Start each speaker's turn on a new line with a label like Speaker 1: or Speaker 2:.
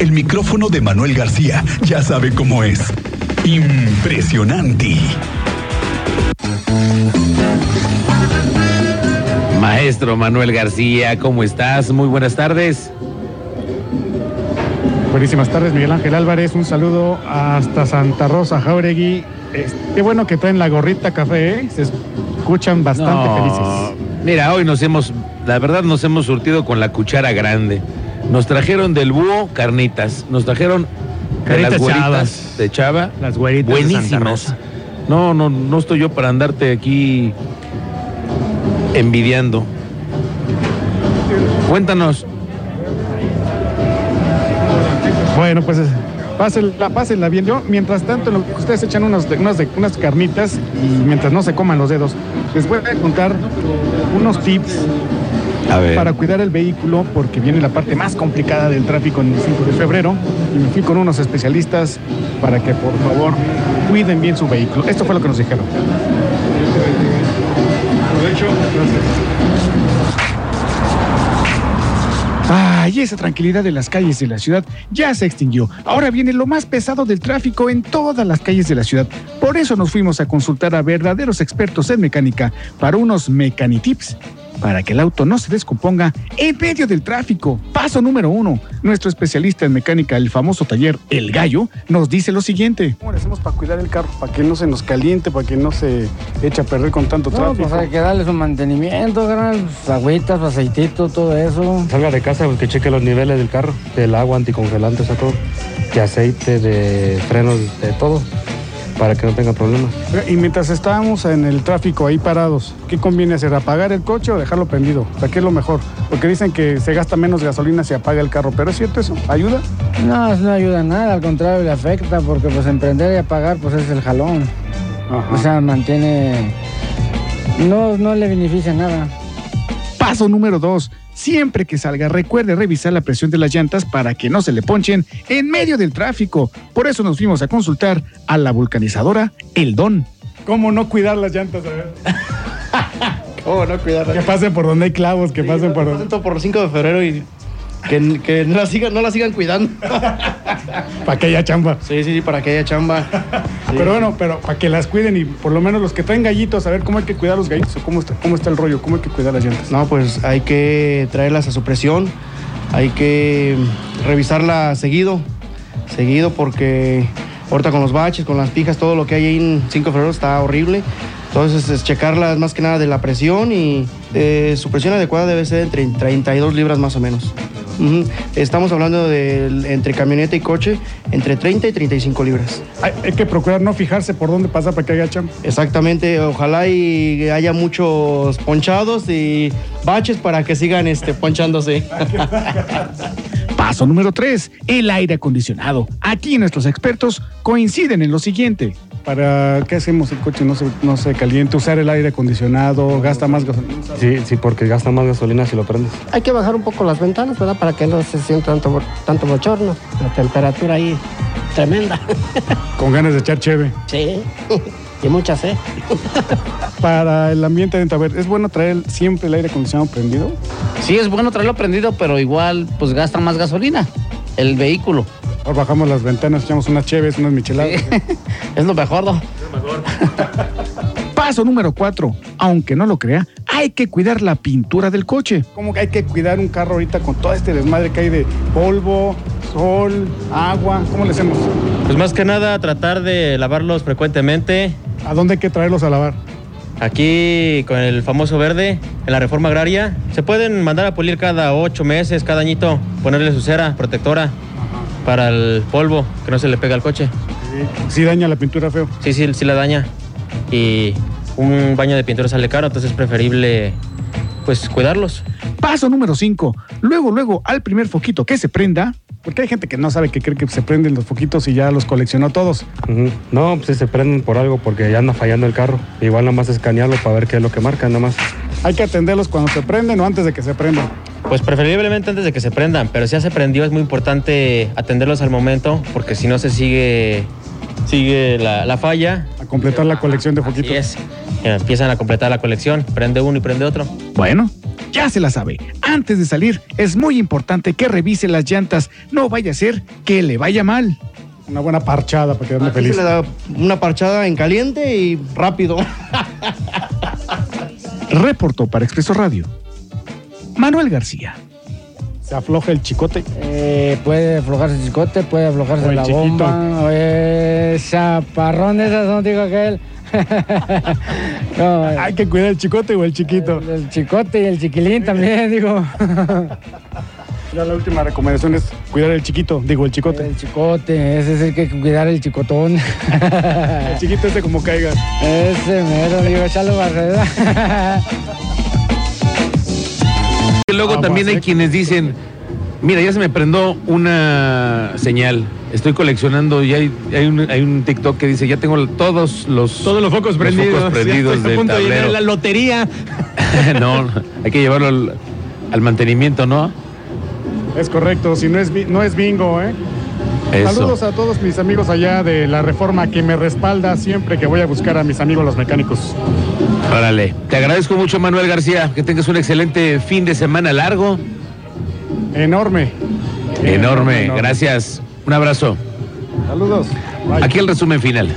Speaker 1: el micrófono de Manuel García. Ya sabe cómo es. Impresionante.
Speaker 2: Maestro Manuel García, ¿cómo estás? Muy buenas tardes.
Speaker 3: Buenísimas tardes, Miguel Ángel Álvarez. Un saludo hasta Santa Rosa, Jauregui. Es- qué bueno que traen la gorrita café, ¿eh? se escuchan bastante
Speaker 2: No,
Speaker 3: felices.
Speaker 2: Mira, hoy nos hemos, la verdad nos hemos surtido con la cuchara grande. Nos trajeron del búho carnitas, nos trajeron de
Speaker 4: Carnitas
Speaker 2: las güeritas
Speaker 4: chavas.
Speaker 2: de Chava,
Speaker 4: Las güeritas de Santa
Speaker 2: buenísimas.
Speaker 4: Rosa.
Speaker 2: No, no, no estoy yo para andarte aquí envidiando. Cuéntanos,
Speaker 3: Bueno, pues eh, pásenla, pásenla bien. Yo, mientras tanto, en lo que ustedes echan unos de- unas, de- unas carnitas y mientras no se coman los dedos, les voy a contar unos tips
Speaker 2: a ver,
Speaker 3: para cuidar el vehículo porque viene la parte más complicada del tráfico en el 5 de febrero y me fui con unos especialistas para que por favor cuiden bien su vehículo. Esto fue lo que nos dijeron. Ay, esa tranquilidad de las calles de la ciudad ya se extinguió. Ahora viene lo más pesado del tráfico en todas las calles de la ciudad. Por eso nos fuimos a consultar a verdaderos expertos en mecánica para unos mecanitips para que el auto no se descomponga en medio del tráfico. Paso número uno. Nuestro especialista en mecánica, el famoso taller El Gallo, nos dice lo siguiente. ¿Cómo le hacemos para cuidar el carro? Para que no se nos caliente, para que no se eche a perder con tanto
Speaker 5: No, pues hay que darle su mantenimiento, carnal. Pues, agüitas, aceitito, todo eso.
Speaker 6: salga de casa, pues, que cheque los niveles del carro, del agua anticongelante, o sea, todo, de aceite, de frenos, de todo, para que no tenga problemas.
Speaker 3: Y mientras estábamos en el tráfico ahí parados, ¿qué conviene hacer? ¿Apagar el coche o dejarlo prendido? O sea, ¿Qué es lo mejor? Porque dicen que se gasta menos gasolina si apaga el carro, pero ¿es cierto eso? ¿Ayuda?
Speaker 5: No, eso no ayuda a nada, al contrario, le afecta porque pues emprender y apagar pues es el jalón. O sea, mantiene... No, no le beneficia nada.
Speaker 3: Paso número 2. Siempre que salga, recuerde revisar la presión de las llantas para que no se le ponchen en medio del tráfico. Por eso nos fuimos a consultar a la vulcanizadora El Don. ¿Cómo no cuidar las llantas? A ver.
Speaker 7: Oh, no, cuidado.
Speaker 3: Que pasen por donde hay clavos, que pasen por donde.
Speaker 7: por el 5 de febrero y que, que no, la sigan, no la sigan cuidando.
Speaker 3: Para que haya chamba.
Speaker 7: Sí, sí, sí, para que haya chamba. Sí.
Speaker 3: Pero bueno, pero para que las cuiden y por lo menos los que traen gallitos, a ver cómo hay que cuidar los gallitos o cómo está, cómo está el rollo, cómo hay que cuidar las llantas.
Speaker 7: No, pues hay que traerlas a su presión, hay que revisarla seguido, seguido porque ahorita con los baches, con las pijas, todo lo que hay ahí en 5 de febrero está horrible. Entonces es checarlas más que nada de la presión y eh, su presión adecuada debe ser entre 32 libras más o menos. Ujú. Estamos hablando de entre camioneta y coche, entre 30 y 35 libras.
Speaker 3: Hay, hay que procurar no fijarse por dónde pasa para que haya chamba.
Speaker 7: Exactamente, ojalá y haya muchos ponchados y baches para que sigan este, ponchándose.
Speaker 3: Paso número 3, el aire acondicionado. Aquí nuestros expertos coinciden en lo siguiente. ¿Para qué hacemos el coche no se, no se caliente? Usar el aire acondicionado, gasta más gasolina.
Speaker 6: Sí, sí, porque gasta más gasolina si lo prendes.
Speaker 8: Hay que bajar un poco las ventanas, ¿verdad? Para que no se sienta tanto, bo- tanto bochorno. La temperatura ahí tremenda.
Speaker 3: Con ganas de echar cheve.
Speaker 8: Sí. Y mucha sed.
Speaker 3: Para el ambiente adentro, a ver, ¿es bueno traer siempre el aire acondicionado prendido?
Speaker 9: Sí, es bueno traerlo prendido, pero igual pues gasta más gasolina el vehículo.
Speaker 3: Ahora bajamos las ventanas, echamos unas cheves, unas micheladas.
Speaker 9: Es lo mejor, ¿no?
Speaker 3: Paso número 4. Aunque no lo crea, hay que cuidar la pintura del coche. ¿Cómo que hay que cuidar un carro ahorita con todo este desmadre que hay de polvo, sol, agua? ¿Cómo le hacemos?
Speaker 10: Pues más que nada tratar de lavarlos frecuentemente.
Speaker 3: ¿A dónde hay que traerlos a lavar?
Speaker 10: Aquí con el famoso verde, en la reforma agraria, se pueden mandar a pulir cada ocho meses, cada añito, ponerle su cera protectora para el polvo, que no se le pega al coche.
Speaker 3: Si daña la pintura feo.
Speaker 10: Sí, sí, sí la daña. Y un baño de pintura sale caro, entonces es preferible pues cuidarlos.
Speaker 3: Paso número 5. Luego, luego, al primer foquito que se prenda. Porque hay gente que no sabe que cree que se prenden los foquitos y ya los coleccionó todos.
Speaker 6: Ujú. No, pues si se prenden por algo porque ya anda fallando el carro. Igual nada más escanearlo para ver qué es lo que marca, nada más.
Speaker 3: Hay que atenderlos cuando se prenden o antes de que se prendan.
Speaker 10: Pues preferiblemente antes de que se prendan, pero si ya se prendió es muy importante atenderlos al momento, porque si no se sigue, sigue la- la falla
Speaker 3: A completar la colección de
Speaker 10: Así
Speaker 3: foquitos.
Speaker 10: es. Empiezan a completar la colección, prende uno y prende otro.
Speaker 3: Bueno, ya se la sabe. Antes de salir, es muy importante que revise las llantas. No vaya a ser que le vaya mal.
Speaker 4: Una buena parchada para quedarme
Speaker 7: Aquí
Speaker 4: feliz.
Speaker 7: se le da una parchada en caliente y rápido.
Speaker 3: Reportó para Expreso Radio. Manuel García.
Speaker 4: Se afloja el chicote.
Speaker 5: Eh, puede aflojarse el chicote, puede
Speaker 4: O
Speaker 5: aflojarse
Speaker 4: el
Speaker 5: la
Speaker 4: chiquito.
Speaker 5: bomba. Oye, chaparrón de esas, no digo aquel. No,
Speaker 4: Hay que cuidar el chicote o el chiquito.
Speaker 5: el, el chicote y el chiquilín también, digo.
Speaker 4: Ya la última recomendación es cuidar el chiquito, digo el chicote.
Speaker 5: El chicote, ese es el que hay que cuidar el chicotón.
Speaker 4: El chiquito este como caiga.
Speaker 5: Ese mero, digo, échalo barrera.
Speaker 2: Y luego
Speaker 4: Agua
Speaker 2: también hay
Speaker 4: seca.
Speaker 2: quienes dicen, mira, ya se me prendó una señal. Estoy coleccionando y hay, hay un, hay un TikTok que dice, ya tengo todos los...
Speaker 4: Todos los focos prendidos.
Speaker 2: focos prendidos
Speaker 4: Ya está a
Speaker 2: del
Speaker 4: punto de llegar
Speaker 2: tablero.
Speaker 4: la
Speaker 2: lotería. no, no, hay que llevarlo al, al mantenimiento, ¿no?
Speaker 4: Es correcto, si no es, bi- no es bingo, ¿eh?
Speaker 2: Eso.
Speaker 4: Saludos a todos mis amigos allá de la reforma que me respalda siempre que voy a buscar a mis amigos los mecánicos.
Speaker 2: Órale. Te agradezco mucho, Manuel García. Que tengas un excelente fin de semana largo.
Speaker 4: Enorme.
Speaker 2: Enorme. Gracias. Un abrazo.
Speaker 4: Saludos. Bye.
Speaker 2: Aquí el resumen final.